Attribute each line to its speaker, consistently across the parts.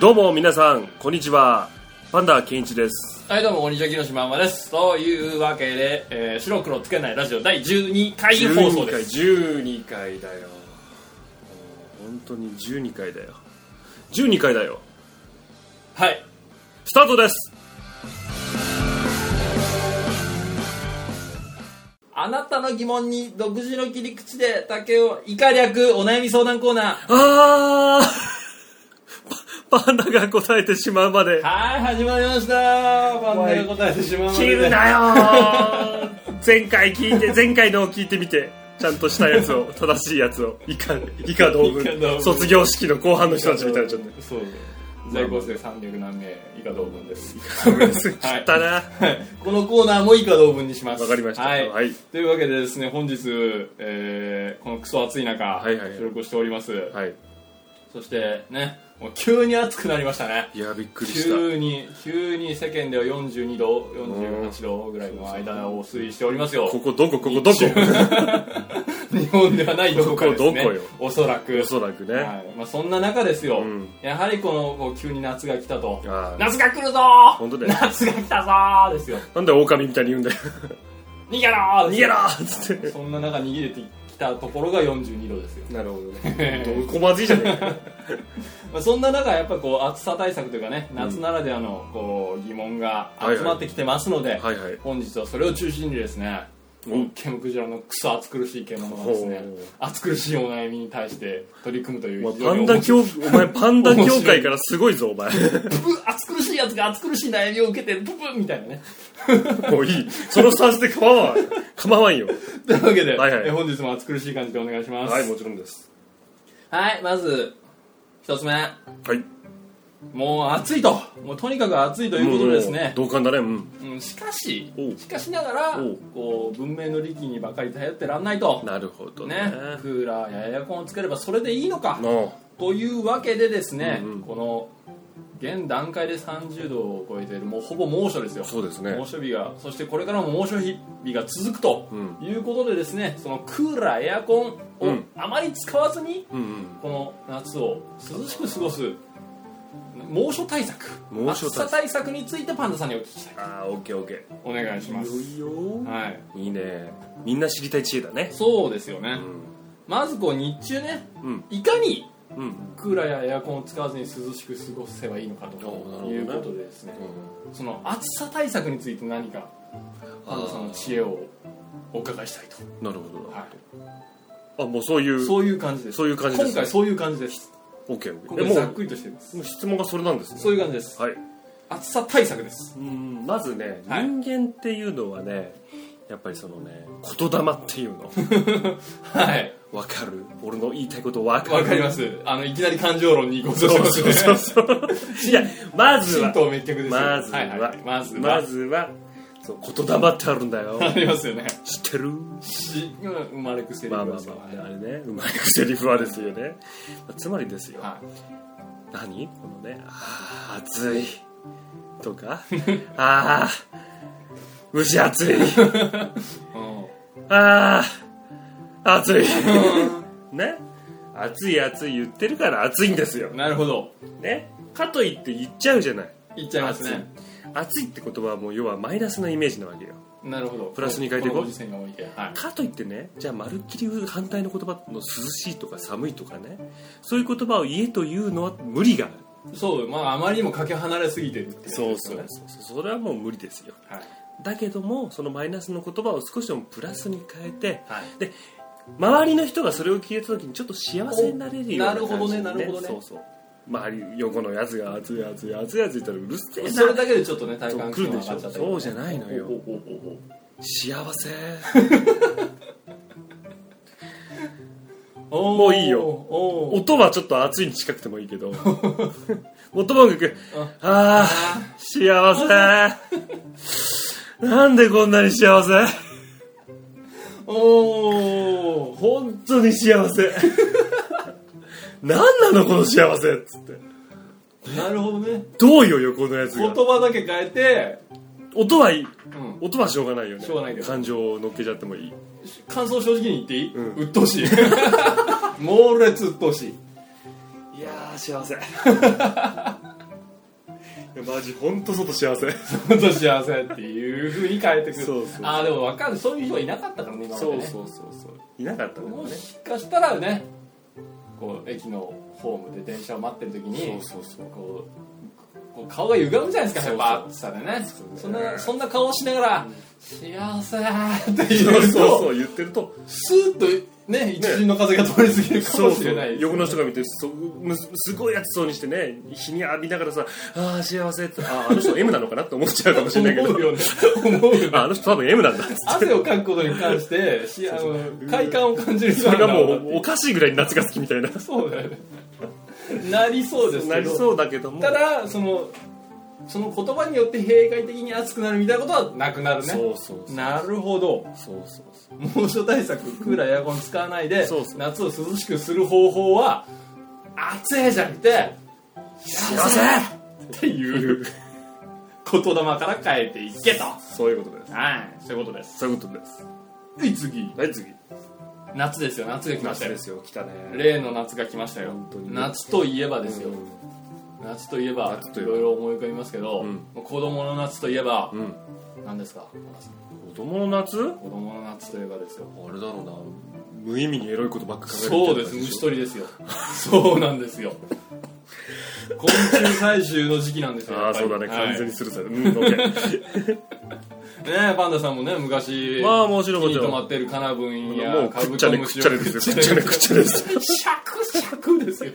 Speaker 1: どうも皆さんこんにちはパンダケンイチです
Speaker 2: はいどうもこんにちは木下まんまですというわけで、えー白黒つけないラジオ第12回放送です
Speaker 1: 12回12回だよもう本当に12回だよ12回だよ
Speaker 2: はい
Speaker 1: スタートです
Speaker 2: あなたの疑問に独自の切り口で竹を以下略お悩み相談コーナ
Speaker 1: あー パパンダが答えてしまうまで
Speaker 2: ーはい始まりました番組が答えてしまうので
Speaker 1: 切るなよー前回聞いて前回のを聞いてみてちゃんとしたやつを 正しいやつを以下以下同
Speaker 2: 以下同
Speaker 1: 文
Speaker 2: 文
Speaker 1: 卒業式の後半の人たちみたいになっちゃって
Speaker 2: そう在校生300何名以下同文です
Speaker 1: 切
Speaker 2: はい
Speaker 1: ったな
Speaker 2: はいこのコーナーも以下同文にします
Speaker 1: わかりました
Speaker 2: はい、
Speaker 1: はい
Speaker 2: というわけでですね本日、えーこのクソ暑い中、
Speaker 1: はいはいはい
Speaker 2: 収録をしております、
Speaker 1: はい
Speaker 2: そしてねもう急に暑くなりましたね
Speaker 1: いやびっくりした
Speaker 2: 急に急に世間では42度48度ぐらいの間を推移しておりますよ
Speaker 1: ここどこここどこ
Speaker 2: 日本ではないどこかですね
Speaker 1: ここどこよ
Speaker 2: おそらく
Speaker 1: おそらくね、
Speaker 2: はいまあ、そんな中ですよ、
Speaker 1: うん
Speaker 2: やはりこのこう急に夏が来たと
Speaker 1: ああ
Speaker 2: 夏が来るぞー
Speaker 1: 本当だよ
Speaker 2: 夏が来たぞーですよ
Speaker 1: なんで狼みたいに言うんだよ
Speaker 2: 逃げろ
Speaker 1: 逃
Speaker 2: ーです
Speaker 1: げ
Speaker 2: よ
Speaker 1: ろーっつって
Speaker 2: そんな中逃げれてきたところが42度ですよ、
Speaker 1: なるほどねどこまずいじゃねえか
Speaker 2: まあ、そんな中やっぱこう暑さ対策というかね夏ならではのこう疑問が集まってきてますの
Speaker 1: は
Speaker 2: で、
Speaker 1: いはい
Speaker 2: 本日はそれを中心にですね
Speaker 1: うん
Speaker 2: ケムクジラのクソ暑苦しい獣がです
Speaker 1: ほ
Speaker 2: ね
Speaker 1: う
Speaker 2: 暑苦しいお悩みに対して取り組むと い
Speaker 1: お
Speaker 2: う
Speaker 1: 前パンダ協お前パンダ協会からすごいぞお前
Speaker 2: ププ暑苦しいやつが暑苦しい悩みを受けてププみたいなね
Speaker 1: もういいそのスタンスで構わん構わんよ
Speaker 2: というわけで、
Speaker 1: はいはい
Speaker 2: え本日も暑苦しい感じでお願いします
Speaker 1: はいもちろんです
Speaker 2: はいまず一つ目
Speaker 1: はい
Speaker 2: もう暑いともうとにかく暑いということでですね
Speaker 1: 同感だねうん
Speaker 2: うんしかし
Speaker 1: おう
Speaker 2: しかしながら
Speaker 1: おう
Speaker 2: こう文明の利器にばかり頼ってらんないと
Speaker 1: なるほどね
Speaker 2: ねクーラーやエアコンをつければそれでいいのか
Speaker 1: の
Speaker 2: というわけでですね、
Speaker 1: うんうん
Speaker 2: この現段階で30度を超えているもうほぼ猛暑ですよ
Speaker 1: そうですね
Speaker 2: 猛暑日がそしてこれからも猛暑日が続くと
Speaker 1: うん
Speaker 2: いうことでですねそのクーラーエアコン
Speaker 1: う
Speaker 2: を
Speaker 1: ん
Speaker 2: あまり使わずに、
Speaker 1: うんうん
Speaker 2: この夏を涼しく過ごす猛暑対策
Speaker 1: 猛暑対策
Speaker 2: 暑さ対策についてパンダさんにお聞きしたい
Speaker 1: ああオッケーオッケ
Speaker 2: お願いします
Speaker 1: ーいいよ
Speaker 2: はい
Speaker 1: いいねみんな知りたい知恵だね
Speaker 2: そうですよね、
Speaker 1: うん
Speaker 2: まずこう日中ね
Speaker 1: うん
Speaker 2: いかに
Speaker 1: うん
Speaker 2: クーラーやエアコンを使わずに涼しく過ごせばいいのかと
Speaker 1: おー
Speaker 2: い
Speaker 1: なるほどね
Speaker 2: うことでですねその暑さ対策について何か
Speaker 1: あー
Speaker 2: パンダさんの知恵をお伺いしたいと、
Speaker 1: なるほど
Speaker 2: は
Speaker 1: あもうそういう
Speaker 2: い、
Speaker 1: そう
Speaker 2: そういう感じです
Speaker 1: いう感じです
Speaker 2: 今回そういう感じです
Speaker 1: オッケーオッ
Speaker 2: 今
Speaker 1: ケー
Speaker 2: 回
Speaker 1: え
Speaker 2: ざ
Speaker 1: も
Speaker 2: っくりとしてます
Speaker 1: うもう質問がそれなんですね
Speaker 2: そういう感じです
Speaker 1: はい
Speaker 2: 暑さ対策です
Speaker 1: うんまずね、
Speaker 2: はい
Speaker 1: 人間っていうのはねやっぱりそのね言霊っていうの
Speaker 2: はい
Speaker 1: わかる俺の言いたいことわかる
Speaker 2: わかりますあのいきなり感情論に移行こうとし
Speaker 1: そ
Speaker 2: ま
Speaker 1: う
Speaker 2: す
Speaker 1: そう
Speaker 2: ね
Speaker 1: そうそういやまず
Speaker 2: 神
Speaker 1: は
Speaker 2: 道滅却ですよ
Speaker 1: まずは、
Speaker 2: いいいまずは
Speaker 1: まずはそう言霊ってあるんだ よ
Speaker 2: ありますよね
Speaker 1: 知ってる
Speaker 2: し生まれくせり
Speaker 1: まあまあ
Speaker 2: ですよ
Speaker 1: まああれねうまいセリフはですよねまあつまりですよ
Speaker 2: はい
Speaker 1: 何このね「あー暑い」とか 「あー蒸し暑い」
Speaker 2: うん
Speaker 1: ああ暑いね暑い暑い言ってるから暑いんですよ、
Speaker 2: なるほど
Speaker 1: ね、かといって言っちゃうじゃない
Speaker 2: いっちゃいますね
Speaker 1: 暑いって言葉はもう要はマイナスのイメージなわけよ
Speaker 2: なるほど
Speaker 1: プラスに変えていこう
Speaker 2: のご時世においてはい
Speaker 1: かといってねじゃあまるっきり反対の言葉の涼しいとか寒いとかねそういう言葉を言えというのは無理がある
Speaker 2: そうまああまりにもかけ離れすぎてるっていことです
Speaker 1: そうそうそれはもう無理ですよ
Speaker 2: ねはい
Speaker 1: だけどもそのマイナスの言葉を少しでもプラスに変えて
Speaker 2: はい
Speaker 1: 周りの人がそれを聞いた時にちょっと幸せになれるような感じ
Speaker 2: おなるほどねなるほどね
Speaker 1: そうそう周り横のやつが熱い熱い熱い熱いって言ったらうるせえな
Speaker 2: それだけでちょっとね体
Speaker 1: そう
Speaker 2: 感
Speaker 1: 来るで
Speaker 2: 上
Speaker 1: し
Speaker 2: が
Speaker 1: ょ
Speaker 2: っちゃったり
Speaker 1: そうじゃないのよ
Speaker 2: おおおお
Speaker 1: 幸せ
Speaker 2: おお
Speaker 1: もういいよ
Speaker 2: おお
Speaker 1: 音はちょっと熱いに近くてもいいけどもうともかく
Speaker 2: あ
Speaker 1: あ
Speaker 2: あ
Speaker 1: あ幸せなんでこんなに幸せ
Speaker 2: おお
Speaker 1: 本当に幸せ何なのこの幸せっつって
Speaker 2: なるほどね
Speaker 1: どうよ横のやつが
Speaker 2: 言葉だけ変えて、
Speaker 1: 音はいい
Speaker 2: うん、
Speaker 1: 音はしょうがないよね
Speaker 2: しょうがないけど
Speaker 1: 感情を乗っけちゃってもいい
Speaker 2: 感想正直に言っていい、
Speaker 1: うん
Speaker 2: うっとうしい 猛烈うっとうしい
Speaker 1: いやー幸せ いやマジ本当外幸せ
Speaker 2: 本当幸せっていうふうに変えてくる
Speaker 1: そうそう
Speaker 2: ああでも分かるそういう人いなかったからね今までね
Speaker 1: うそうそういなかったから
Speaker 2: も
Speaker 1: ね
Speaker 2: しかしたらねこう駅のホームで電車を待ってる時に
Speaker 1: そうそうそう
Speaker 2: こうこう顔が歪むじゃないですか
Speaker 1: そうそ
Speaker 2: やっ
Speaker 1: う
Speaker 2: ぱ暑さでねそ
Speaker 1: うんね
Speaker 2: なそんな顔をしながら「幸せ」って言
Speaker 1: そう
Speaker 2: う
Speaker 1: そう
Speaker 2: と
Speaker 1: そう言ってると
Speaker 2: スーッとね一陣の風が通り過ぎるか
Speaker 1: そ
Speaker 2: も
Speaker 1: う
Speaker 2: し
Speaker 1: そ
Speaker 2: れな
Speaker 1: う
Speaker 2: い
Speaker 1: 横の人が見てそうむすごいやつそうにしてね日に浴びながらさああ幸せってあああの人 M なのかなって思っちゃうかもしれないけ
Speaker 2: 思
Speaker 1: ど
Speaker 2: うよね思うよね
Speaker 1: ああの人多分 M なんだ
Speaker 2: 汗をかくことに関してしあの快感を感じる人
Speaker 1: それがも
Speaker 2: なんだろなって
Speaker 1: うおかしいぐらい夏が好きみたいな
Speaker 2: そうだよねなりそうです
Speaker 1: な
Speaker 2: け
Speaker 1: り
Speaker 2: ど
Speaker 1: そうだけども
Speaker 2: ただそのその言葉によって閉会的に熱くなるみたいなことはなくなるね
Speaker 1: そうそうそう
Speaker 2: なるほど
Speaker 1: そうそうそう
Speaker 2: 猛暑対策クーラーエアコン使わないで
Speaker 1: そうそう
Speaker 2: 夏を涼しくする方法は暑いじゃんって
Speaker 1: 幸せ
Speaker 2: っ ていう言霊から変えていけと
Speaker 1: そういうことです
Speaker 2: はいそういうことです
Speaker 1: そういうことです
Speaker 2: はい次
Speaker 1: はい次
Speaker 2: 夏ですよ夏が来ました
Speaker 1: 夏
Speaker 2: よ
Speaker 1: ですよ来たね
Speaker 2: 例の夏が来ましたよ
Speaker 1: 本当に
Speaker 2: 夏といえばですよ、
Speaker 1: うん
Speaker 2: 夏といえば
Speaker 1: 夏
Speaker 2: い
Speaker 1: といえば
Speaker 2: ろいろ思い浮かびますけど、
Speaker 1: うん
Speaker 2: もう子供の夏といえば、
Speaker 1: うん
Speaker 2: 何ですか小田さん
Speaker 1: 子供の夏
Speaker 2: 子供の夏といえばですよ
Speaker 1: あれだろうな無意味にエロいことばっか考えてる
Speaker 2: そうです虫取りですよ そうなんですよ昆虫採集の時期なんですよ
Speaker 1: あ
Speaker 2: や
Speaker 1: あ
Speaker 2: っぱり
Speaker 1: そうだね
Speaker 2: はい
Speaker 1: 完全にするさうんオッケー
Speaker 2: ねえパンダさんもね昔
Speaker 1: まあもちろん
Speaker 2: 木
Speaker 1: も
Speaker 2: に
Speaker 1: ちろ
Speaker 2: 止
Speaker 1: ん
Speaker 2: まってるカナブンや
Speaker 1: もう
Speaker 2: カ
Speaker 1: く
Speaker 2: ブ
Speaker 1: っちゃ
Speaker 2: ト
Speaker 1: ね
Speaker 2: ム
Speaker 1: くっ
Speaker 2: シを
Speaker 1: ちゃねですよくっちゃねくっちゃねです
Speaker 2: シャクシャクです よ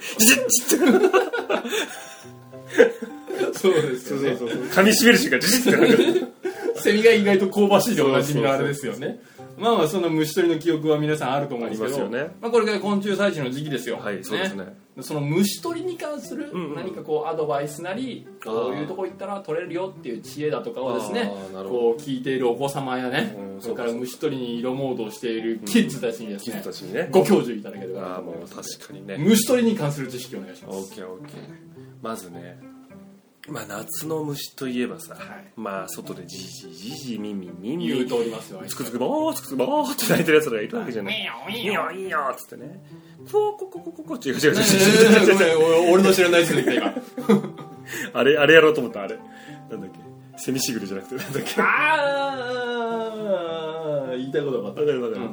Speaker 2: そうですよね
Speaker 1: そう噛み締める瞬間ジジってなる
Speaker 2: セミが意外と香ばしいでおなじみのあれですよねまあまあその虫取りの記憶は皆さんあると思うんですけど
Speaker 1: ありますよね
Speaker 2: まあ、これから昆虫採集の時期ですよ
Speaker 1: はいそうですね
Speaker 2: その虫取りに関する
Speaker 1: うんうん
Speaker 2: 何かこうアドバイスなり、
Speaker 1: あー
Speaker 2: こういうとこ行ったら取れるよっていう知恵だとかをですね
Speaker 1: あーなるほど
Speaker 2: こう聞いているお子様やね、
Speaker 1: うん
Speaker 2: それから虫取りに色モードをしているキッズたちにです
Speaker 1: キ
Speaker 2: ね
Speaker 1: ズ、たちにね
Speaker 2: ご教授いただければな
Speaker 1: あ
Speaker 2: と
Speaker 1: あ
Speaker 2: 思
Speaker 1: も
Speaker 2: いま
Speaker 1: う
Speaker 2: す
Speaker 1: 確かにね
Speaker 2: 虫取りに関する知識をお願いしま
Speaker 1: オッ
Speaker 2: す
Speaker 1: ケーオッケーまずねまあ夏の虫といえばさ
Speaker 2: はい
Speaker 1: まあ外でジジジジミミミミ
Speaker 2: 言うとおりますよ
Speaker 1: つくつくぼーつくつくぼーって泣いてるやつらがいるわけじゃない
Speaker 2: ね
Speaker 1: い
Speaker 2: え
Speaker 1: いよいいよっつってねこうこここここ違う違う違う
Speaker 2: ね
Speaker 1: 違う違う
Speaker 2: えごめん俺俺の知らないやつで来 た今
Speaker 1: あれ、あれやろうと思った、あれ。なんだっけ。セミシグルじゃなくて、なんだっけ。わ
Speaker 2: ああ言いたいことが
Speaker 1: か
Speaker 2: 分かっ
Speaker 1: るわかる。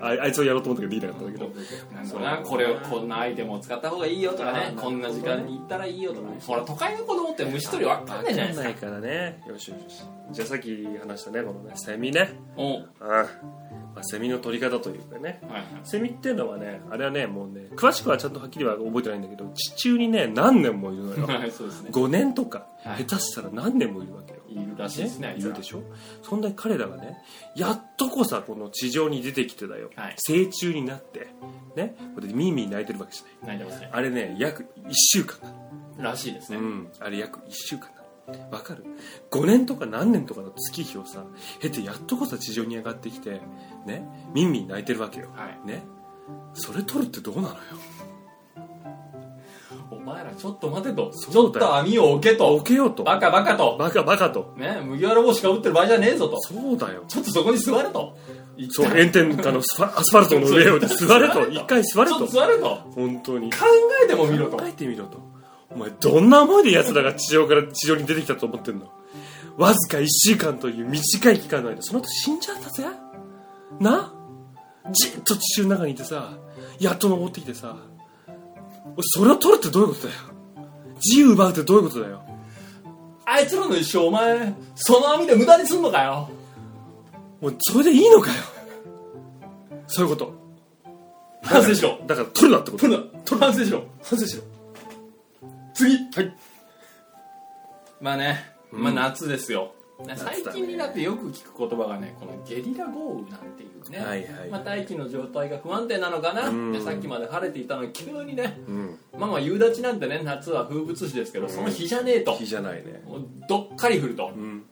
Speaker 1: ああいつをやろうと思ったけど、できなかったんだけど。
Speaker 2: たなんかなこれをこんなアイテムを使った方がいいよとかねこんな時間に行ったらいいよとかねほら都会の子供って虫取り分かんないじゃないですか
Speaker 1: わかんないからね。よしよしよし。じゃあさっき話したね、このね、セミね。
Speaker 2: お
Speaker 1: うん。まあ、セミの取り方というかね。
Speaker 2: はい
Speaker 1: セミっていうのはね、あれはね、もうね、詳しくはちゃんとはっきりは覚えてないんだけど、地中にね、何年もいるのよ。
Speaker 2: はいはいそうですね
Speaker 1: 5年とか、
Speaker 2: はい
Speaker 1: 下手したら何年もいるわけよ。
Speaker 2: いるらしいですね
Speaker 1: いるでしょそんな彼らがねやっとこさこの地上に出てきてだよ、
Speaker 2: はい
Speaker 1: 成虫になってねこれでミーミー泣いてるわけじゃない
Speaker 2: 泣いてますね
Speaker 1: あれね約1週間なの
Speaker 2: らしいですね
Speaker 1: うんあれ約1週間なのわかる5年とか何年とかの月日をさ経てやっとこさ地上に上がってきてねミーミー泣いてるわけよ、
Speaker 2: はい
Speaker 1: ねそれ取るってどうなのよ
Speaker 2: お前らちょっと待てとちょ
Speaker 1: そ
Speaker 2: っ
Speaker 1: うだよ
Speaker 2: と網を置けと
Speaker 1: ボケようと
Speaker 2: バカバカと
Speaker 1: バカバカと
Speaker 2: ね麦わら帽子かぶってる場合じゃねえぞと
Speaker 1: そうだよ
Speaker 2: ちょっとそこに座れと言っ
Speaker 1: そ
Speaker 2: た
Speaker 1: う炎天下のスパアスファルトの上を座れ
Speaker 2: そう
Speaker 1: と一回座れ
Speaker 2: ちょっと
Speaker 1: と
Speaker 2: 座れと考
Speaker 1: 本当に
Speaker 2: えてもみろと
Speaker 1: 考えてみろとお前どんな思いで奴らが地上から地上に出てきたと思ってんのわずか1週間という短い期間の間その後死んじゃったぜなじっと地中の中にいてさやっと登ってきてさおいそれを取るってどういうことだよ自由奪うってどういうことだよ
Speaker 2: あいつらの一生お前その網で無駄にすんのかよ
Speaker 1: もうそれでいいのかよそういうこと
Speaker 2: 反省しろ
Speaker 1: だから取るなってこと
Speaker 2: 取るな取る反省しろ
Speaker 1: 反省しろ
Speaker 2: 次
Speaker 1: はい
Speaker 2: まあね、まあ夏ですよ、ね
Speaker 1: だね
Speaker 2: 最近になってよく聞く言葉がねこのゲリラ豪雨なんていうね、
Speaker 1: はいはい
Speaker 2: まあ、大気の状態が不安定なのかな、
Speaker 1: うん
Speaker 2: でさっきまで晴れていたのに急にね
Speaker 1: うん
Speaker 2: まあまあ夕立なんてね夏は風物詩ですけどその日じゃねえと、
Speaker 1: じゃないね
Speaker 2: もうどっかり降ると、
Speaker 1: うん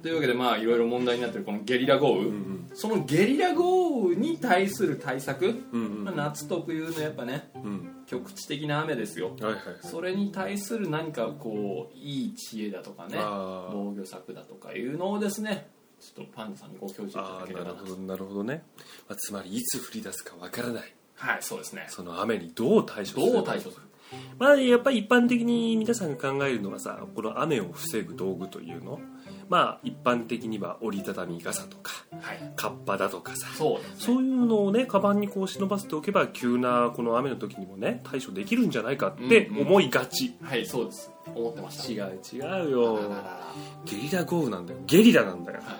Speaker 2: というわけでまあいろいろ問題になってるこのゲリラ豪雨、
Speaker 1: うん
Speaker 2: そのゲリラ豪雨に対する対策、
Speaker 1: うんう
Speaker 2: まあ、
Speaker 1: ん
Speaker 2: 夏特有のやっぱね
Speaker 1: うん
Speaker 2: 局地的な雨ですよ
Speaker 1: はいはい
Speaker 2: それに対する何かこういい知恵だとかね
Speaker 1: あー
Speaker 2: 防御策だとかいうのをですねちょっとパンダさんにご教授いた
Speaker 1: あ
Speaker 2: だ
Speaker 1: あ
Speaker 2: けれ
Speaker 1: な
Speaker 2: ば
Speaker 1: る
Speaker 2: な
Speaker 1: ほどなるほどね、まあ、つまりいつ降り出すかわからない
Speaker 2: はいそうですね
Speaker 1: その雨にどう対処する
Speaker 2: どう
Speaker 1: か
Speaker 2: 対処する
Speaker 1: まあやっぱり一般的に皆さんが考えるのはさこの雨を防ぐ道具というのまあ一般的には折りたたみ傘とか
Speaker 2: はい
Speaker 1: カッパだとかさ
Speaker 2: そうです
Speaker 1: そういうのをねカバンにこう忍ばせておけば急なこの雨の時にもね対処できるんじゃないかって思いがち、
Speaker 2: はいそうです思ってました
Speaker 1: 違う違う
Speaker 2: あ
Speaker 1: よ
Speaker 2: らららら
Speaker 1: ゲリラ豪雨なんだよゲリラなんだから
Speaker 2: はい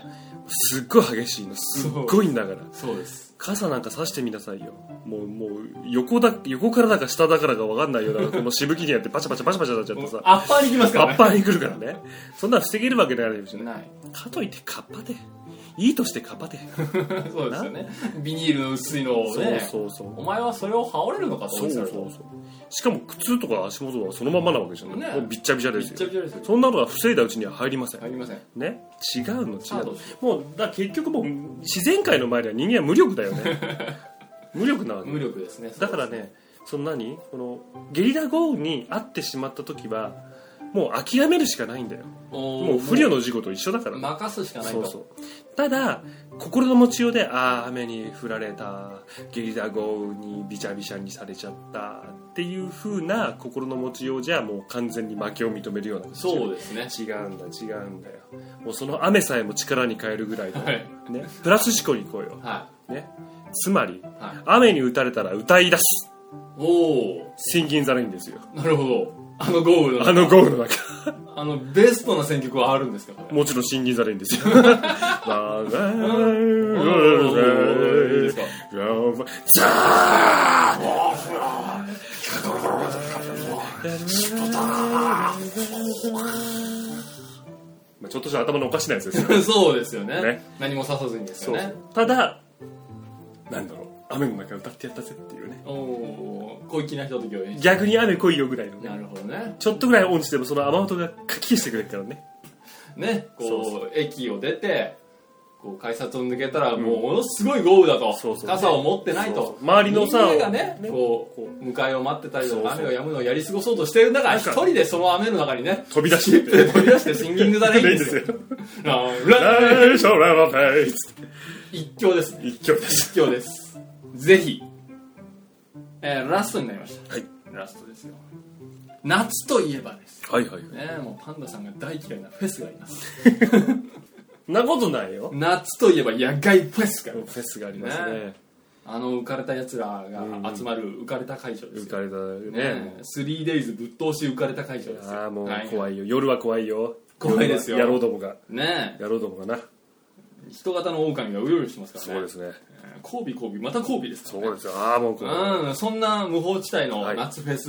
Speaker 1: すっごい激しいのすっごいんだから
Speaker 2: そうです
Speaker 1: 傘なんか差してみなさいよもうもう横だ横からだか下だからか分かんないようなこのしぶきにやってパチャパチャパチャパチャなっちゃってさ
Speaker 2: アッパーに行きますから
Speaker 1: ア
Speaker 2: ね
Speaker 1: ッパーに来るからねそんなの防げるわけないしね
Speaker 2: ない
Speaker 1: かといってカッパでいいとしてカッパで、
Speaker 2: そうですよねビニールの薄いのを
Speaker 1: そう
Speaker 2: ね
Speaker 1: そうそう
Speaker 2: お前はそれを羽織れるのかと
Speaker 1: そ
Speaker 2: 思っ
Speaker 1: う
Speaker 2: てた
Speaker 1: そう
Speaker 2: ら
Speaker 1: そうしかも靴とか足元はそのままなわけじゃない、
Speaker 2: ね
Speaker 1: もうびっちゃびちゃで
Speaker 2: び
Speaker 1: す
Speaker 2: っちゃ
Speaker 1: よ
Speaker 2: びちゃですよ
Speaker 1: そんなのは防いだうちには入りません
Speaker 2: 入りません
Speaker 1: ね違うの違
Speaker 2: さあ
Speaker 1: う
Speaker 2: ど
Speaker 1: の
Speaker 2: うしよ
Speaker 1: もうだから結局もう自然界の前では人間は無力だよ ね無力なわ
Speaker 2: う
Speaker 1: け
Speaker 2: 無力ですね
Speaker 1: だからねその何このゲリラ豪雨に遭ってしまった時はもう諦めるしかないんだよも
Speaker 2: も
Speaker 1: う不慮の事故と一緒だから
Speaker 2: 任すしかない
Speaker 1: そ
Speaker 2: と
Speaker 1: うそうただ心の持ちようでああ雨に降られたゲリラ豪雨にびちゃびちゃにされちゃったっていう風な心の持ちようじゃもう完全に負けを認めるような
Speaker 2: そうですね
Speaker 1: 違うんだ違うんだよもうその雨さえも力に変えるぐらいの、
Speaker 2: はい
Speaker 1: ね、プラス思考に行こうよ、
Speaker 2: は
Speaker 1: ね、つまり
Speaker 2: いはい
Speaker 1: 雨に打たれたら歌い出す
Speaker 2: おお
Speaker 1: シンギンザラインですよ
Speaker 2: なるほどあの豪雨の
Speaker 1: あの豪雨の中
Speaker 2: あのベストな選曲はあるんですかこれ
Speaker 1: もちろんシンギンザラインです よ
Speaker 2: おーいいですか
Speaker 1: まあちょっとした頭のおかしなやつですよ
Speaker 2: そうですよね
Speaker 1: ね
Speaker 2: 何もささずにです
Speaker 1: そ
Speaker 2: よ
Speaker 1: う
Speaker 2: ね
Speaker 1: そうただなんだろう雨の中歌ってやったぜっていうね
Speaker 2: おお小粋な人と共演し
Speaker 1: 逆に雨来いよぐらいの
Speaker 2: てな
Speaker 1: ね
Speaker 2: るほどね
Speaker 1: ちょっとぐらい音痴でもその雨音がかき消してくれるからね
Speaker 2: ねこう
Speaker 1: そうそ
Speaker 2: 駅を出てこう改札を抜けたらもうものすごい豪雨だと、
Speaker 1: そうそう
Speaker 2: 傘を持ってない
Speaker 1: そうそ
Speaker 2: と
Speaker 1: う周りのさ
Speaker 2: みんながね
Speaker 1: ね
Speaker 2: こう
Speaker 1: こ
Speaker 2: 迎えを待ってたりと
Speaker 1: そ
Speaker 2: か
Speaker 1: うそう
Speaker 2: 雨が止むのをやり過ごそうとしてる中
Speaker 1: なん
Speaker 2: 一
Speaker 1: か
Speaker 2: 人でその雨の中にね
Speaker 1: 飛び出して って
Speaker 2: 飛び出してシンギングザレインですよあーラ
Speaker 1: ライショラバペイツ
Speaker 2: 一強ですね
Speaker 1: 一挙です
Speaker 2: 一強ですぜひ、えーラストになりました
Speaker 1: はい
Speaker 2: ラストですよ夏といえばです
Speaker 1: はいはいはい
Speaker 2: ねもうパンダさんが大嫌いなフェスがあります
Speaker 1: そんなことないよ
Speaker 2: 夏といえば野外フェスが
Speaker 1: フェスがありますね
Speaker 2: あの浮かれたやつらが集まる浮かれた会場です
Speaker 1: 浮
Speaker 2: よ
Speaker 1: かれたよ
Speaker 2: ね
Speaker 1: ね
Speaker 2: え 3days ぶっ通し浮かれた会場ですよ
Speaker 1: ああもう
Speaker 2: は
Speaker 1: 怖いよ夜は怖いよ
Speaker 2: 怖いですよ
Speaker 1: 野郎どもが
Speaker 2: いねえ
Speaker 1: 野郎どもがな
Speaker 2: 人型の狼がうようよしてますからね
Speaker 1: そうですね
Speaker 2: えー交尾交尾また交尾ですから
Speaker 1: そうですよああもう怖い
Speaker 2: うん、そんな無法地帯の
Speaker 1: はい
Speaker 2: 夏フェス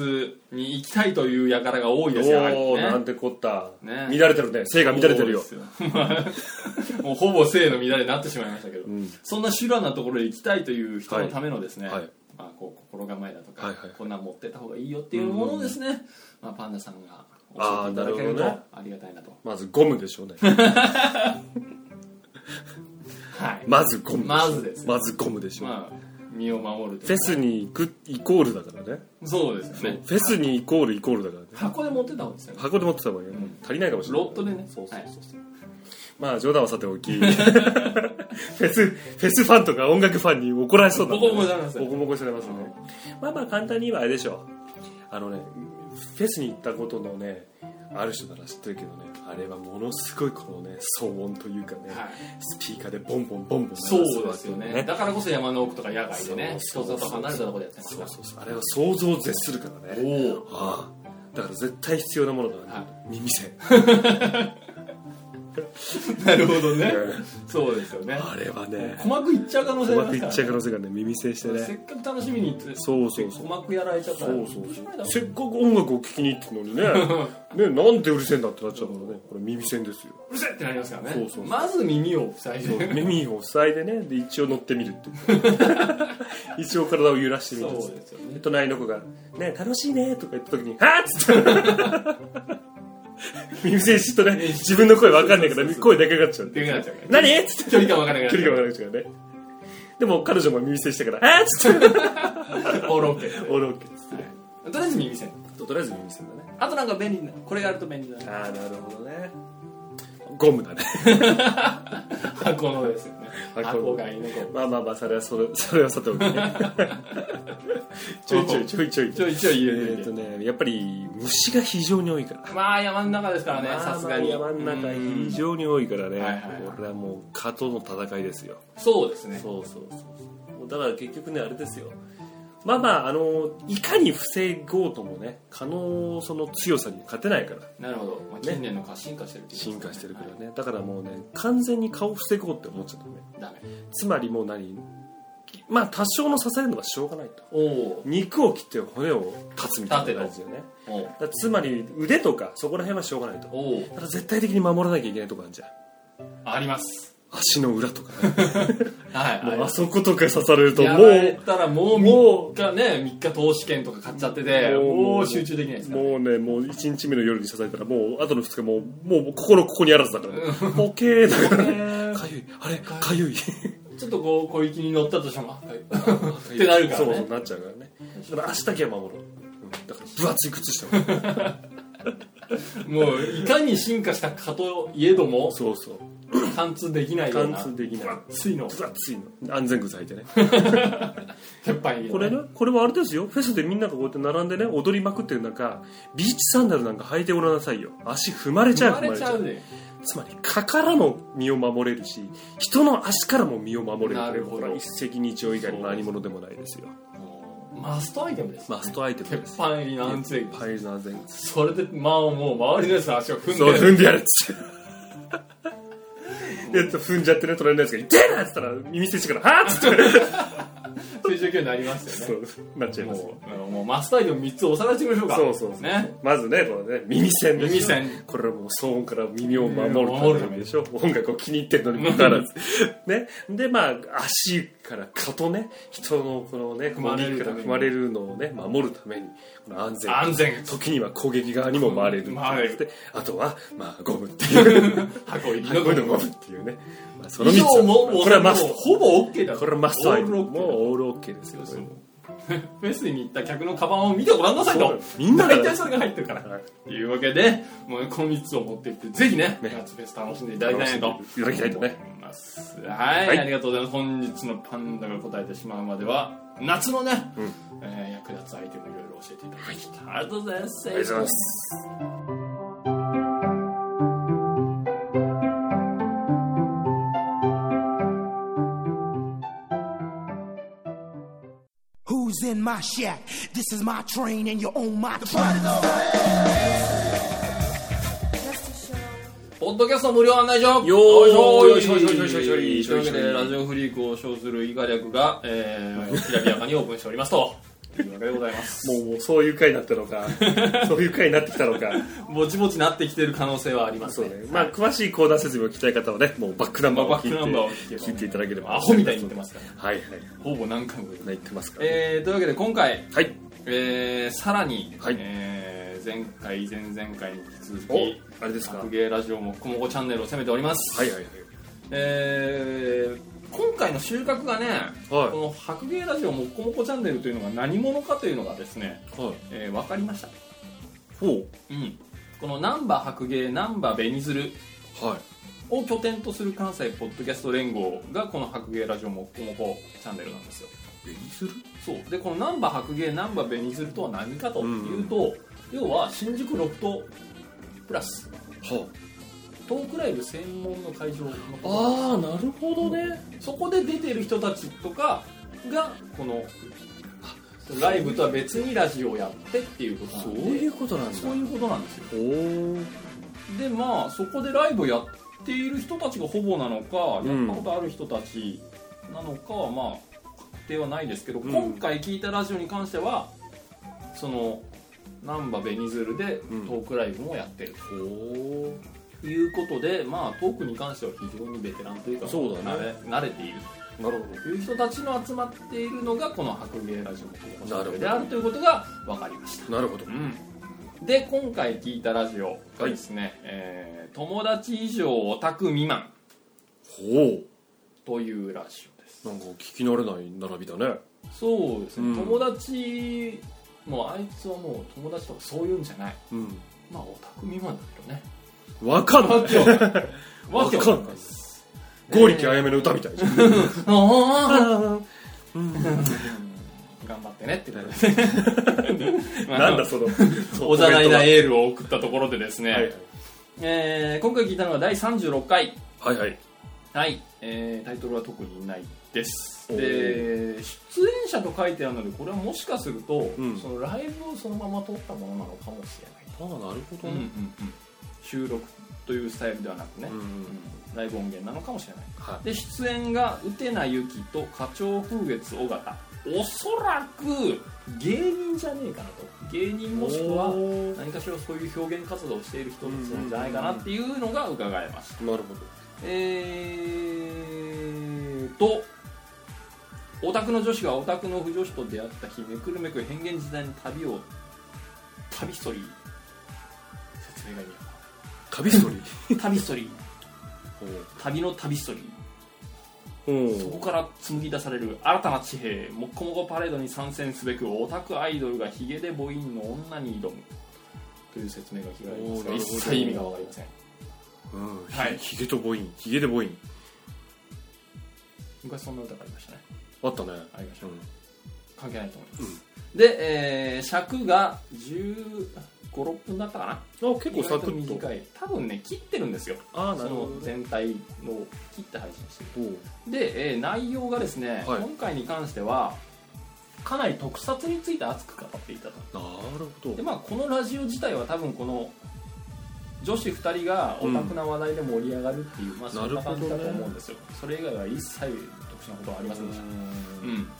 Speaker 2: に行きたいという輩が多いですよ、やはり
Speaker 1: おお、
Speaker 2: ね
Speaker 1: なんてこった、
Speaker 2: ね
Speaker 1: 乱れてるね性が乱れてるよ
Speaker 2: そうですまあもうほぼ性の乱れになってしまいましたけど、
Speaker 1: ん
Speaker 2: そんな修羅なところへ行きたいという人のためのですね、
Speaker 1: はいはい
Speaker 2: まあ、こう心構えだとか、
Speaker 1: はいはい
Speaker 2: こんなん持ってった方がいいよっていうものをですね、まあ、パンダさんが教えていただける
Speaker 1: あーなるほど
Speaker 2: と
Speaker 1: ね
Speaker 2: ありがたいなと
Speaker 1: まずゴムでしょうね
Speaker 2: はいま
Speaker 1: まずゴムでしょ
Speaker 2: まずです
Speaker 1: まずゴムでしょう、
Speaker 2: あ身を守ると
Speaker 1: フェスに行くイコールだからね
Speaker 2: そうですよね
Speaker 1: フェスにイコールイコールだからね
Speaker 2: 箱で持ってた方がいいですよね
Speaker 1: 箱で持ってた方がいいよ足りないかもしれない
Speaker 2: ロットでね
Speaker 1: そうそう
Speaker 2: はい
Speaker 1: そうそうまあ冗談はさておき フェスフェスファンとか音楽ファンに怒られそうだ
Speaker 2: ボコボコにされますよ
Speaker 1: ボコボコにされますねまあまあ簡単に言えばあれでしょうあのねフェスに行ったことのねある人なら知ってるけどねあれはものすごいこのね騒音というかね、
Speaker 2: はい
Speaker 1: スピーカーでボンボンボンボン鳴らす
Speaker 2: そ
Speaker 1: わけ
Speaker 2: うですよねだからこそ山の奥とか野外でね
Speaker 1: そ
Speaker 2: 人
Speaker 1: うそうそう
Speaker 2: 里離れたところでやってま
Speaker 1: そ
Speaker 2: すか
Speaker 1: う
Speaker 2: ら
Speaker 1: そうそうあれは想像を絶するからね
Speaker 2: おお
Speaker 1: ああだから絶対必要なものだね、
Speaker 2: は
Speaker 1: 耳栓
Speaker 2: なるほどね そうですよね
Speaker 1: あれはね
Speaker 2: 鼓膜いっちゃう可能性
Speaker 1: う
Speaker 2: あ
Speaker 1: ま
Speaker 2: りま
Speaker 1: く
Speaker 2: す
Speaker 1: い
Speaker 2: か
Speaker 1: っ
Speaker 2: ら
Speaker 1: ちゃう可能性があるね耳栓して
Speaker 2: せ
Speaker 1: ね
Speaker 2: っかく楽しみに行って
Speaker 1: そうそうそう
Speaker 2: 鼓膜やられちゃったら
Speaker 1: そうそう
Speaker 2: どし
Speaker 1: そ
Speaker 2: ようもな
Speaker 1: う
Speaker 2: い
Speaker 1: せ
Speaker 2: だ
Speaker 1: っ
Speaker 2: ろ
Speaker 1: かく音楽を聴きに行ってるのにね ねなんでうるせえんだってなっちゃうからねこれ耳栓です よ
Speaker 2: ううるせえってなりますからね
Speaker 1: そうそうそう
Speaker 2: まず耳を塞いで
Speaker 1: 耳を塞いでねで一応乗ってみるって いう一応体を揺らしてみる
Speaker 2: そうですよね
Speaker 1: 隣の子が「ね楽しいね」とか言った時に「はっ!」つって 耳栓しとね自分の声わかんないから声でかくなっちゃう
Speaker 2: できなっちゃうから
Speaker 1: 何っつって
Speaker 2: 距離感わからなく
Speaker 1: 距
Speaker 2: な
Speaker 1: 離がわかんなくなっちゃうからねでも彼女も耳栓したから「あっ!」つ って
Speaker 2: オールオッケー
Speaker 1: オールオッケーっつってね
Speaker 2: とりあえず耳栓
Speaker 1: ととりあえず耳栓だね
Speaker 2: あとなんか便利なこれがあると便利だな
Speaker 1: ああなるほどねゴムだね
Speaker 2: 箱のですよね箱買いのこ
Speaker 1: まあまあまあそれはそれ それはさておきねちょいちょいちょいちょい
Speaker 2: ちょいちょい
Speaker 1: え
Speaker 2: 入れて
Speaker 1: ーっとねやっぱり虫が非常に多いから
Speaker 2: うまあ山の中ですからね
Speaker 1: まあまあ
Speaker 2: さすがに
Speaker 1: 山の中
Speaker 2: うん
Speaker 1: 非常に多いからね
Speaker 2: はいはいはい
Speaker 1: これはもう蚊との戦いですよ
Speaker 2: そうですね
Speaker 1: そうそうそうだから結局ねあれですよまあまああのいかに防ごうともね蚊のその強さに勝てないから
Speaker 2: なるほど、まあ、近年の蚊進化してるっていう
Speaker 1: 進化してるから
Speaker 2: は
Speaker 1: ねだからもうね完全に蚊を防ごうって思っちゃったね
Speaker 2: いダメ
Speaker 1: つまりもう何まあ多少の刺されるのがしょうがないと
Speaker 2: おお
Speaker 1: 肉を切って骨を断つみたいな感じだよね
Speaker 2: お
Speaker 1: だからつまり腕とかそこら辺はしょうがないと
Speaker 2: おお
Speaker 1: ただ絶対的に守らなきゃいけないとこあるじゃん
Speaker 2: あります
Speaker 1: 足の裏とか、ね、
Speaker 2: はい
Speaker 1: も
Speaker 2: あり
Speaker 1: う
Speaker 2: ま
Speaker 1: あ
Speaker 2: す
Speaker 1: そことか刺されると
Speaker 2: や
Speaker 1: も
Speaker 2: られ
Speaker 1: う
Speaker 2: たらもう
Speaker 1: も
Speaker 2: 3日ね3日投資券とか買っちゃってて
Speaker 1: もう
Speaker 2: もう集中できないですから
Speaker 1: もうねもう1日目の夜に刺されたらもうあとの2日もうもう心ここにあらずだからねポケーだからね
Speaker 2: えー
Speaker 1: かゆいあれかゆい
Speaker 2: ちょっとこう小雪に乗ったとしてもあはい ってなるからね
Speaker 1: そうそうなっちゃうからねだから足だけは守ろううんだから分厚い靴下 も
Speaker 2: もういかに進化したかといえども
Speaker 1: そうそう
Speaker 2: 貫通できないよう
Speaker 1: 貫
Speaker 2: な
Speaker 1: 通できない
Speaker 2: ついの
Speaker 1: 分厚いの安全靴履いてね
Speaker 2: 鉄板入れて
Speaker 1: これねこれはあれですよフェスでみんながこうやって並んでね踊りまくってる中ビーチサンダルなんか履いてごらんなさいよ足踏まれちゃう
Speaker 2: 踏まれちゃうね
Speaker 1: つまり蚊からも身を守れるし人の足からも身を守れる
Speaker 2: なるほど
Speaker 1: これは一石二鳥以外の何者でもないですよ
Speaker 2: もうマストアイテムです
Speaker 1: マストアイテムで
Speaker 2: 鉄
Speaker 1: す
Speaker 2: 板入りなんつう
Speaker 1: パイルの安全靴
Speaker 2: それでまあもう周りのやつの足を踏ん
Speaker 1: そう
Speaker 2: で
Speaker 1: 踏んでやるっつ えっと踏んじゃってね取られないですけど「痛えな!」っつったら耳捨てしてから「はあ!」っつって
Speaker 2: そういう状況になり ますよ
Speaker 1: そ
Speaker 2: ね
Speaker 1: うなっちゃいますよ
Speaker 2: もうもうマストアイテム3つおさらいしてみましょうか
Speaker 1: そうそうそう
Speaker 2: ね
Speaker 1: まずねこのね耳栓です
Speaker 2: 耳栓
Speaker 1: これはもう騒音から耳を守るためでしょ音楽を気に入ってるのにもかかわらずねでまあ足から蚊とね人のこのね
Speaker 2: 踏まれるために
Speaker 1: 踏まれるのをね守るためにこの安全
Speaker 2: 安全靴
Speaker 1: 時には攻撃側にも回れる
Speaker 2: 回れる
Speaker 1: であとはまあゴムっていう
Speaker 2: 箱入り
Speaker 1: ゴ
Speaker 2: の
Speaker 1: ム
Speaker 2: の
Speaker 1: ゴムっていうね、まあ、その
Speaker 2: 以
Speaker 1: 3つ
Speaker 2: 上ももう
Speaker 1: これはマスト
Speaker 2: ほぼ OK だ
Speaker 1: これはマストアイテム
Speaker 2: オール OK
Speaker 1: もうオールオッケーですよこ
Speaker 2: そ
Speaker 1: れ
Speaker 2: うフェスに行った客のカバンを見てごらんなさ
Speaker 1: そ
Speaker 2: い
Speaker 1: うだ
Speaker 2: と
Speaker 1: よみんなが
Speaker 2: 大体それが入ってるから
Speaker 1: はい
Speaker 2: というわけでもうこの3つを持っていってぜひね
Speaker 1: ね
Speaker 2: 夏フェス楽しんでいただきたいなと
Speaker 1: 楽しんでいただきたいとね
Speaker 2: 思いますはい、
Speaker 1: はい
Speaker 2: ありがとうございます本日のパンダが答えてしまうまでは夏のね、
Speaker 1: うん
Speaker 2: えー役立つアイテムいろいろ教えていただきました、ありがとうございます
Speaker 1: ありがとうございます
Speaker 3: Who's in my shack? This is my train and you're on my track.
Speaker 2: ポッドキャスト無料案内
Speaker 1: よ
Speaker 2: 所
Speaker 1: ー
Speaker 2: よいしょよいしょよいしょよいしょというわ
Speaker 1: よいしょよいしょよ
Speaker 2: け
Speaker 1: いし
Speaker 2: で
Speaker 1: ょ
Speaker 2: ラジオフリークを称するイガリャクが、えー、きらびやかにオープンしておりますというわけでございます
Speaker 1: もうもうそういう回になったの かそういう回になってきたのか
Speaker 2: ぼちぼちなってきてる可能性はあります
Speaker 1: そう
Speaker 2: ね
Speaker 1: ねまあ詳しいコーナー説明を聞きたい方はねもうバックナンバーを聞いて,、
Speaker 2: バックナンバーを聞けば
Speaker 1: 聞いていただければ
Speaker 2: アホみたいに言ってますからね
Speaker 1: はいはい
Speaker 2: ほぼ何回も言う
Speaker 1: 言ってますから、
Speaker 2: えー、というわけで今回、
Speaker 1: はい
Speaker 2: えー、さらに、
Speaker 1: はい
Speaker 2: えー前回前々回に引き続き
Speaker 1: おあれですかは
Speaker 2: 格
Speaker 1: い
Speaker 2: ゲーラジオもこもこチャンネルを攻めております、
Speaker 1: はいはい
Speaker 2: えー今回の収穫がね、この「白芸ラジオもっこもこチャンネル」というのが何者かというのがですね、
Speaker 1: はい
Speaker 2: えー分かりました、
Speaker 1: ほ
Speaker 2: うん、この「ナンバ白芸ナンバ紅鶴
Speaker 1: うはい」
Speaker 2: を拠点とする関西ポッドキャスト連合がこの「白芸ラジオもっこもこチャンネル」なんですよ
Speaker 1: 紅する
Speaker 2: そうでこの「ナンバ白芸ナンバ紅鶴」とは何かというと、要は新宿ロフトプラス
Speaker 1: は
Speaker 2: トークライブ専門の会場のこと
Speaker 1: ああなるほどね
Speaker 2: そこで出てる人たちとかがこのライブとは別にラジオをやってっていうことな
Speaker 1: そうん
Speaker 2: で
Speaker 1: いうことなんだ
Speaker 2: そういうことなんですよ
Speaker 1: おー
Speaker 2: でまあそこでライブをやっている人たちがほぼなのか、
Speaker 1: うん
Speaker 2: やったことある人たちなのかはまあ確定はないですけど、
Speaker 1: ん
Speaker 2: 今回聞いたラジオに関してはその難波紅鶴でト
Speaker 1: うん
Speaker 2: ークライブもやってる
Speaker 1: おー
Speaker 2: ということで、まあトークに関しては非常にベテランというか
Speaker 1: そうだね
Speaker 2: 慣れ慣れている
Speaker 1: なる
Speaker 2: という人たちの集まっているのがこの白芸ラジオの
Speaker 1: なるほど
Speaker 2: であるということが分かりました
Speaker 1: ほどなるほど
Speaker 2: で今回聞いたラジオがですね、えー友達以上オタク未満
Speaker 1: ほ
Speaker 2: というラジオで
Speaker 1: う
Speaker 2: す
Speaker 1: なんか聞き慣れない並びだね
Speaker 2: そうですね、
Speaker 1: うん
Speaker 2: 友達もうあいつはもう友達とかそういうんじゃない
Speaker 1: うん
Speaker 2: まあオタク未満だけどね
Speaker 1: わかんない
Speaker 2: 待ってよ
Speaker 1: わ
Speaker 2: 待って
Speaker 1: か
Speaker 2: よ
Speaker 1: んない剛力あやめの歌みたいじゃん
Speaker 2: あー頑張ってねってことで
Speaker 1: なんだその
Speaker 2: おざなりな
Speaker 1: 絵
Speaker 2: エールを送ったところでですね、
Speaker 1: はいはい
Speaker 2: えー今回聞いたのは第36回
Speaker 1: はいはい
Speaker 2: はい、えータイトルは特にないです
Speaker 1: おー
Speaker 2: で出演者と書いてあるのでこれはもしかすると、
Speaker 1: ん
Speaker 2: そのライブをそのまま撮ったものなのかもしれない
Speaker 1: ああなるほ
Speaker 2: と、
Speaker 1: どね
Speaker 2: 収録というスタイルではなくね、
Speaker 1: うんうん
Speaker 2: うんライブ音源なのかもしれない
Speaker 1: はい
Speaker 2: で出演が宇てなゆきと花鳥風月尾形おそらく芸人じゃねえかなと芸人もしくは
Speaker 1: おー
Speaker 2: 何かしらそういう表現活動をしている人たちなんじゃないかなっていうのが伺えました
Speaker 1: なるほ
Speaker 2: えーとオタクの女子がオタクの不女子と出会った日めくるめく変幻自在の旅を旅ストーリー説明がいいのか
Speaker 1: ど旅ストーリー
Speaker 2: な旅ストーリー旅の旅ストーリー
Speaker 1: お
Speaker 2: そこ
Speaker 1: お
Speaker 2: から紡ぎ出される新たな地平もっこもこパレードに参戦すべくオタクアイドルがヒゲで母音の女に挑むという説明が聞かれま
Speaker 1: おーなるほ
Speaker 2: すが
Speaker 1: ど
Speaker 2: 一切意味がわかりません
Speaker 1: うん
Speaker 2: はい
Speaker 1: ひげとボインひげでボイン
Speaker 2: 昔そんな歌がありましたね
Speaker 1: あったね
Speaker 2: ありました
Speaker 1: うん
Speaker 2: 関係ないと思います、で、えー尺が1516分だったかな
Speaker 1: あ結構サク
Speaker 2: 意外
Speaker 1: ッと
Speaker 2: 短い多分ね切ってるんですよ
Speaker 1: ああ
Speaker 2: その全体の切って配信してる
Speaker 1: おう
Speaker 2: で、えー内容がですね、
Speaker 1: はい
Speaker 2: 今回に関してはかなり特撮について熱く語っていたと
Speaker 1: なるほ
Speaker 2: で
Speaker 1: ど
Speaker 2: まあこのラジオ自体は多分この女子2人がオタクな話題で盛り上がるっていう、まあそんな感じだと思うんですよ、それ以外は一切特殊なことはありませんでした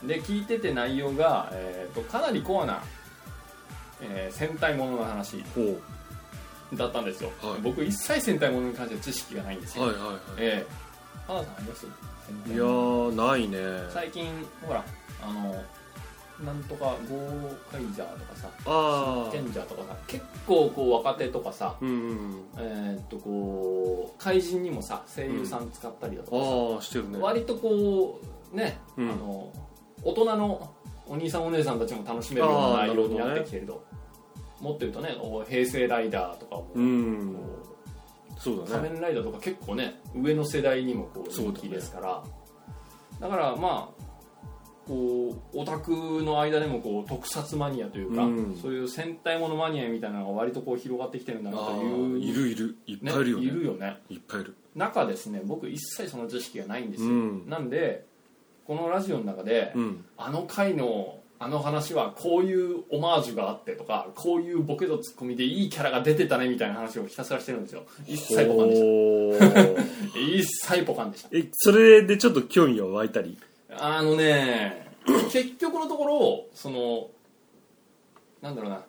Speaker 2: うん、で聞いてて内容が、えー、とかなりコアな、えー戦隊ものの話
Speaker 1: ほう
Speaker 2: だったんですよ、
Speaker 1: はい
Speaker 2: 僕一切戦隊ものに関して知識がないんですよ、
Speaker 1: はいはいは
Speaker 2: ええ花さんあります
Speaker 1: い
Speaker 2: 戦隊
Speaker 1: いやーないね
Speaker 2: 最近ほらあのなんとかゴーカイジャーとかさ
Speaker 1: ああ
Speaker 2: ケンジャーとかさ結構こう若手とかさ
Speaker 1: うんうん
Speaker 2: えーっとこう怪人にもさ声優さん使ったりだとかさ、
Speaker 1: ああしてるね
Speaker 2: 割とこうね、
Speaker 1: うん
Speaker 2: あの大人のお兄さんお姉さんたちも楽しめるような内容になってきてるともっと言うとねお平成ライダーとかも、
Speaker 1: うん
Speaker 2: こ
Speaker 1: そう
Speaker 2: う
Speaker 1: だ
Speaker 2: 仮
Speaker 1: ね
Speaker 2: 面ライダーとか結構ね上の世代にもこう
Speaker 1: そうだ
Speaker 2: 人
Speaker 1: ね
Speaker 2: 気ですからだ,、からまあこうオタクの間でもこう特撮マニアというか、
Speaker 1: うん
Speaker 2: そういう戦隊ものマニアみたいなのが割とこう広がってきてるんだな
Speaker 1: あ
Speaker 2: と
Speaker 1: ー
Speaker 2: いう
Speaker 1: いるいるいっぱいいるよ
Speaker 2: ねいる
Speaker 1: ね
Speaker 2: よね
Speaker 1: いっぱいいる
Speaker 2: 中ですね僕一切その知識がないんですよ、
Speaker 1: うん
Speaker 2: なんでこのラジオの中で、
Speaker 1: うん
Speaker 2: あの回のあの話はこういうオマージュがあってとかこういうボケとツッコミでいいキャラが出てたねみたいな話をひたすらしてるんですよ一切ポカンでし
Speaker 1: ほー
Speaker 2: た一切ポカンでした
Speaker 1: えそれでちょっと興味が湧いたり
Speaker 2: あの ね結局のところそのなんだろうな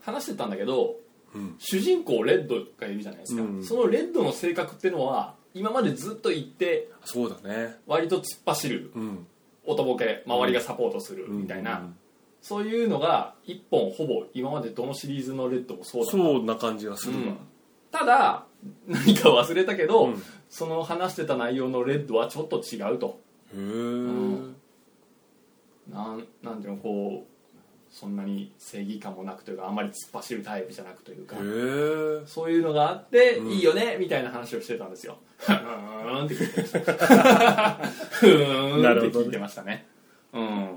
Speaker 2: 話してたんだけど、
Speaker 1: うん
Speaker 2: 主人公レッドがいるじゃないですか、
Speaker 1: うん
Speaker 2: そのレッドの性格ってのは今までずっと言って
Speaker 1: そうだね
Speaker 2: 割と突っ走る
Speaker 1: うん
Speaker 2: 音ボケ周りがサポートするみたいな、そういうのが一本ほぼ今までどのシリーズのレッドもそうだった
Speaker 1: そうな感じがする
Speaker 2: う
Speaker 1: わ
Speaker 2: んただ何か忘れたけど、
Speaker 1: うん
Speaker 2: その話してた内容のレッドはちょっと違うと
Speaker 1: へえ
Speaker 2: なんなんていうのこうそんなに正義感もなくというかあまり突っ走るタイプじゃなくというか
Speaker 1: へえ
Speaker 2: そういうのがあって、
Speaker 1: うん
Speaker 2: いいよねみたいな話をしてたんですようーんって聞いてましたふーんって聞いてましたねうん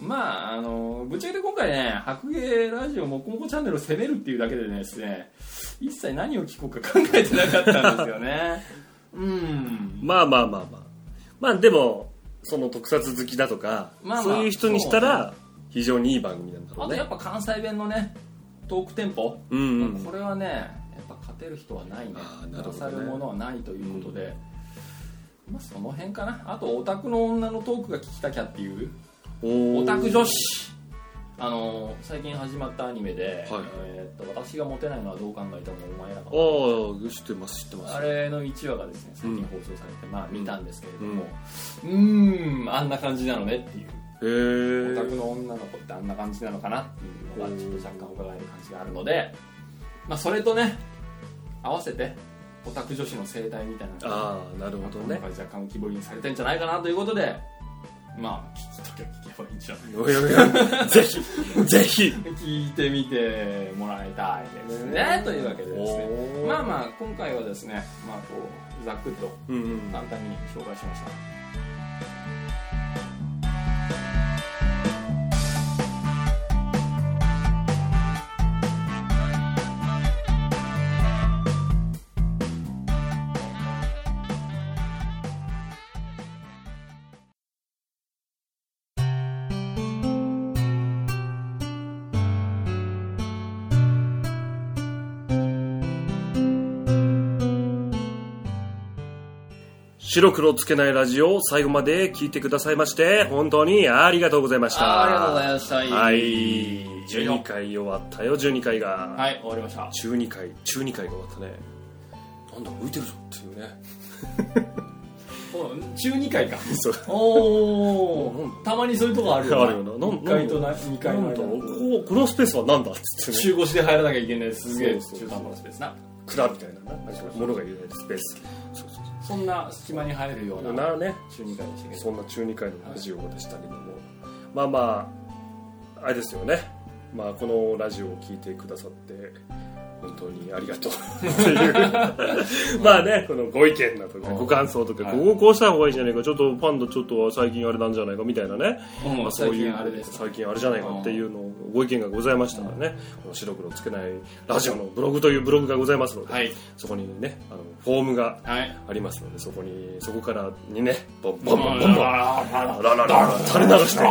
Speaker 2: まああのぶっちゃけて今回ね白芸ラジオもこもこチャンネルを攻めるっていうだけでですね一切何を聞こうか考えてなかったんですよねうん
Speaker 1: まあまあまあまあまあでもその特撮好きだとか、
Speaker 2: まあまあ
Speaker 1: そういう人にしたら非常にいい番組なんだろ
Speaker 2: あ
Speaker 1: う
Speaker 2: と
Speaker 1: ね
Speaker 2: やっぱ関西弁のねトークテンポ、
Speaker 1: うん、うん、
Speaker 2: これはねやっぱ勝てる人はないね
Speaker 1: あーなるほどね
Speaker 2: 勝さるものはないということで、まあその辺かなあとオタクの女のトークが聞きたきゃっていう
Speaker 1: おー
Speaker 2: オタク女子あのー最近始まったアニメで、
Speaker 1: はい
Speaker 2: えーっと私がモテないのはどう考えてもお前らか
Speaker 1: ああ知ってます知ってます
Speaker 2: あれの1話がですね最近放送されて、まあ見たんですけれどもうーんんあんな感じなのねっていう
Speaker 1: へ
Speaker 2: オタク
Speaker 1: え
Speaker 2: の女の子ってあんな感じなのかなっていうのがちょっと若干伺える感じがあるので、まあ、それとね合わせてオタク女子の生態みたいなのが
Speaker 1: ああなるほど
Speaker 2: 今
Speaker 1: ね
Speaker 2: 回若干浮き彫りにされてんじゃないかなということでまあ聞きたい回聞けばいいんじゃない
Speaker 1: おやおや ぜひぜひ
Speaker 2: 聞いてみてもらいたいですね。というわけでですね
Speaker 1: お。ー
Speaker 2: まあまあ、今回はですね、まあこう、ざっくりと
Speaker 1: うんうん
Speaker 2: 簡単に紹介しました。
Speaker 1: 白黒つけないラジオを最後まで聞いてくださいまして本当にありがとうございました
Speaker 2: あーありがとうございました。
Speaker 1: はい
Speaker 2: 終了
Speaker 1: 12回終わったよ12回が、
Speaker 2: はい、終わりました。
Speaker 1: 中二回中二回が終わったねなんだ浮いてるぞっていうね
Speaker 2: 中2回か。
Speaker 1: そう
Speaker 2: お
Speaker 1: な
Speaker 2: お
Speaker 1: ん だ
Speaker 2: たまにそういうとこあるよ
Speaker 1: あるよななん
Speaker 2: 1階と2階
Speaker 1: なん
Speaker 2: の
Speaker 1: だこ
Speaker 2: 間
Speaker 1: うこのスペースはなんだっつってね
Speaker 2: 中腰で入らなきゃいけないすげえ
Speaker 1: そうそう
Speaker 2: 中途半端なスペースな
Speaker 1: 蔵みたいななものが入れられるスペースそうそう
Speaker 2: そんな隙間に入るよう
Speaker 1: そう
Speaker 2: な
Speaker 1: なね
Speaker 2: 中2階でしたけど
Speaker 1: そんな中二回のラジオでしたけどもまあまああれですよねまあこのラジオを聞いてくださって本当にありがとうって いうまあねこのご意見などね
Speaker 2: うん
Speaker 1: ご感想とか
Speaker 2: はい
Speaker 1: こうこうした方がいいんじゃないかちょっとファンドちょっと最近あれなんじゃないかみたいなね
Speaker 2: うん
Speaker 1: まあそう
Speaker 2: 最
Speaker 1: いう
Speaker 2: 近あれです
Speaker 1: 最近あれじゃないかっていうのをご意見がございましたらねこの白黒つけないラジオのブログというブログがございますので、
Speaker 2: はい
Speaker 1: そこにねあのフォームが
Speaker 2: はい
Speaker 1: ありますのでそこにそこからにねボンボンボンボンボン
Speaker 2: ン
Speaker 1: ララララ垂れ流して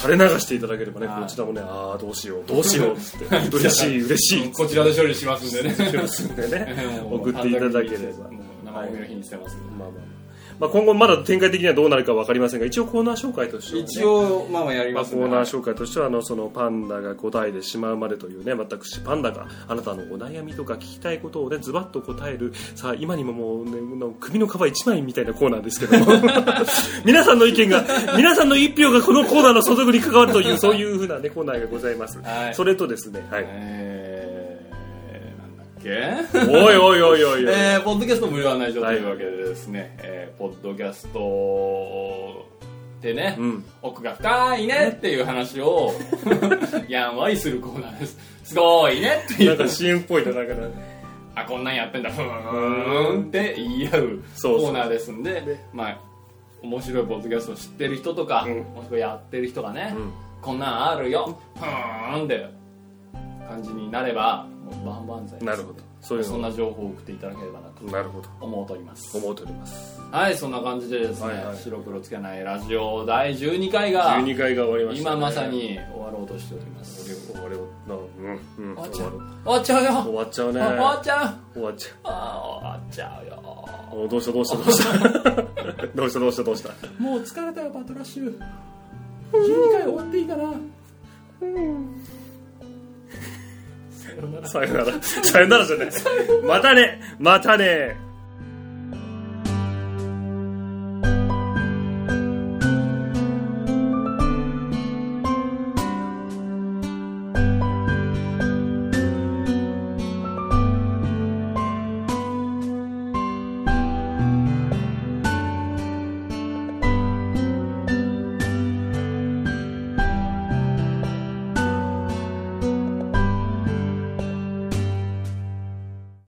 Speaker 1: 垂れ流していただければねこちらもねああどうしようどうしようっつって嬉しい嬉しいっつ
Speaker 2: こちらで処理しますんでね
Speaker 1: ってますんでね
Speaker 2: もう
Speaker 1: 送っていただければ
Speaker 2: もう生ゴミの日にしてますんで
Speaker 1: まあまあまあ今後まだ展開的にはどうなるかわかりませんが一応コーナー紹介としてはね
Speaker 2: 一応まあまあやり
Speaker 1: まあ、
Speaker 2: ます
Speaker 1: コ
Speaker 2: んで
Speaker 1: ーナー紹介としてはあのそのパンダが答えてしまうまでというね私パンダがあなたのお悩みとか聞きたいことをねズバッと答えるさあ今にももう、ね、の首の皮一枚みたいなコーナーですけ ども皆さんの意見が皆さんの一票がこのコーナーの所属に関わるというそういうふうな、ね、コーナーがございます、
Speaker 2: はい
Speaker 1: それとですね、はい
Speaker 2: えーなんだっけ
Speaker 1: おいおいおいおいおい、
Speaker 2: えーポッドキャスト無料案内所というわけでですね、えーポッドキャストでね、
Speaker 1: うん
Speaker 2: 奥が深いねっていう話を やんわりするコーナーですすごいねってい
Speaker 1: なん
Speaker 2: う
Speaker 1: か CM っぽいなだから
Speaker 2: あこんなんやってんだふーんって言い合う
Speaker 1: そうそう
Speaker 2: コーナーですんでまあ面白いポッドキャストを知ってる人とか、
Speaker 1: うん
Speaker 2: もしくはやってる人がね、
Speaker 1: うん
Speaker 2: こんなんあるよふーんって感じになればもう万々歳です
Speaker 1: なるほどそういう
Speaker 2: そん
Speaker 1: の
Speaker 2: な情報を送っていただければなと
Speaker 1: なるほど
Speaker 2: 思うとおります
Speaker 1: 思うとおります
Speaker 2: はいそんな感じでですね、
Speaker 1: はいはい
Speaker 2: 白黒つけないラジオ第12回が
Speaker 1: 12回が終わりました、ね、
Speaker 2: 今まさに終わろうとしております終
Speaker 1: 終わりをなうんうん
Speaker 2: わっちゃう
Speaker 1: 終
Speaker 2: 終わっちゃうよ
Speaker 1: わっちゃうね
Speaker 2: 終わっちゃう
Speaker 1: 終わっちゃう
Speaker 2: あー終わっちゃうよ
Speaker 1: おどうしたどうしたどうした どうしたどうしたどうした
Speaker 2: もう疲れたよバトラッシュ12回終わっていいかな
Speaker 1: さよならさよならじゃないまたねまたね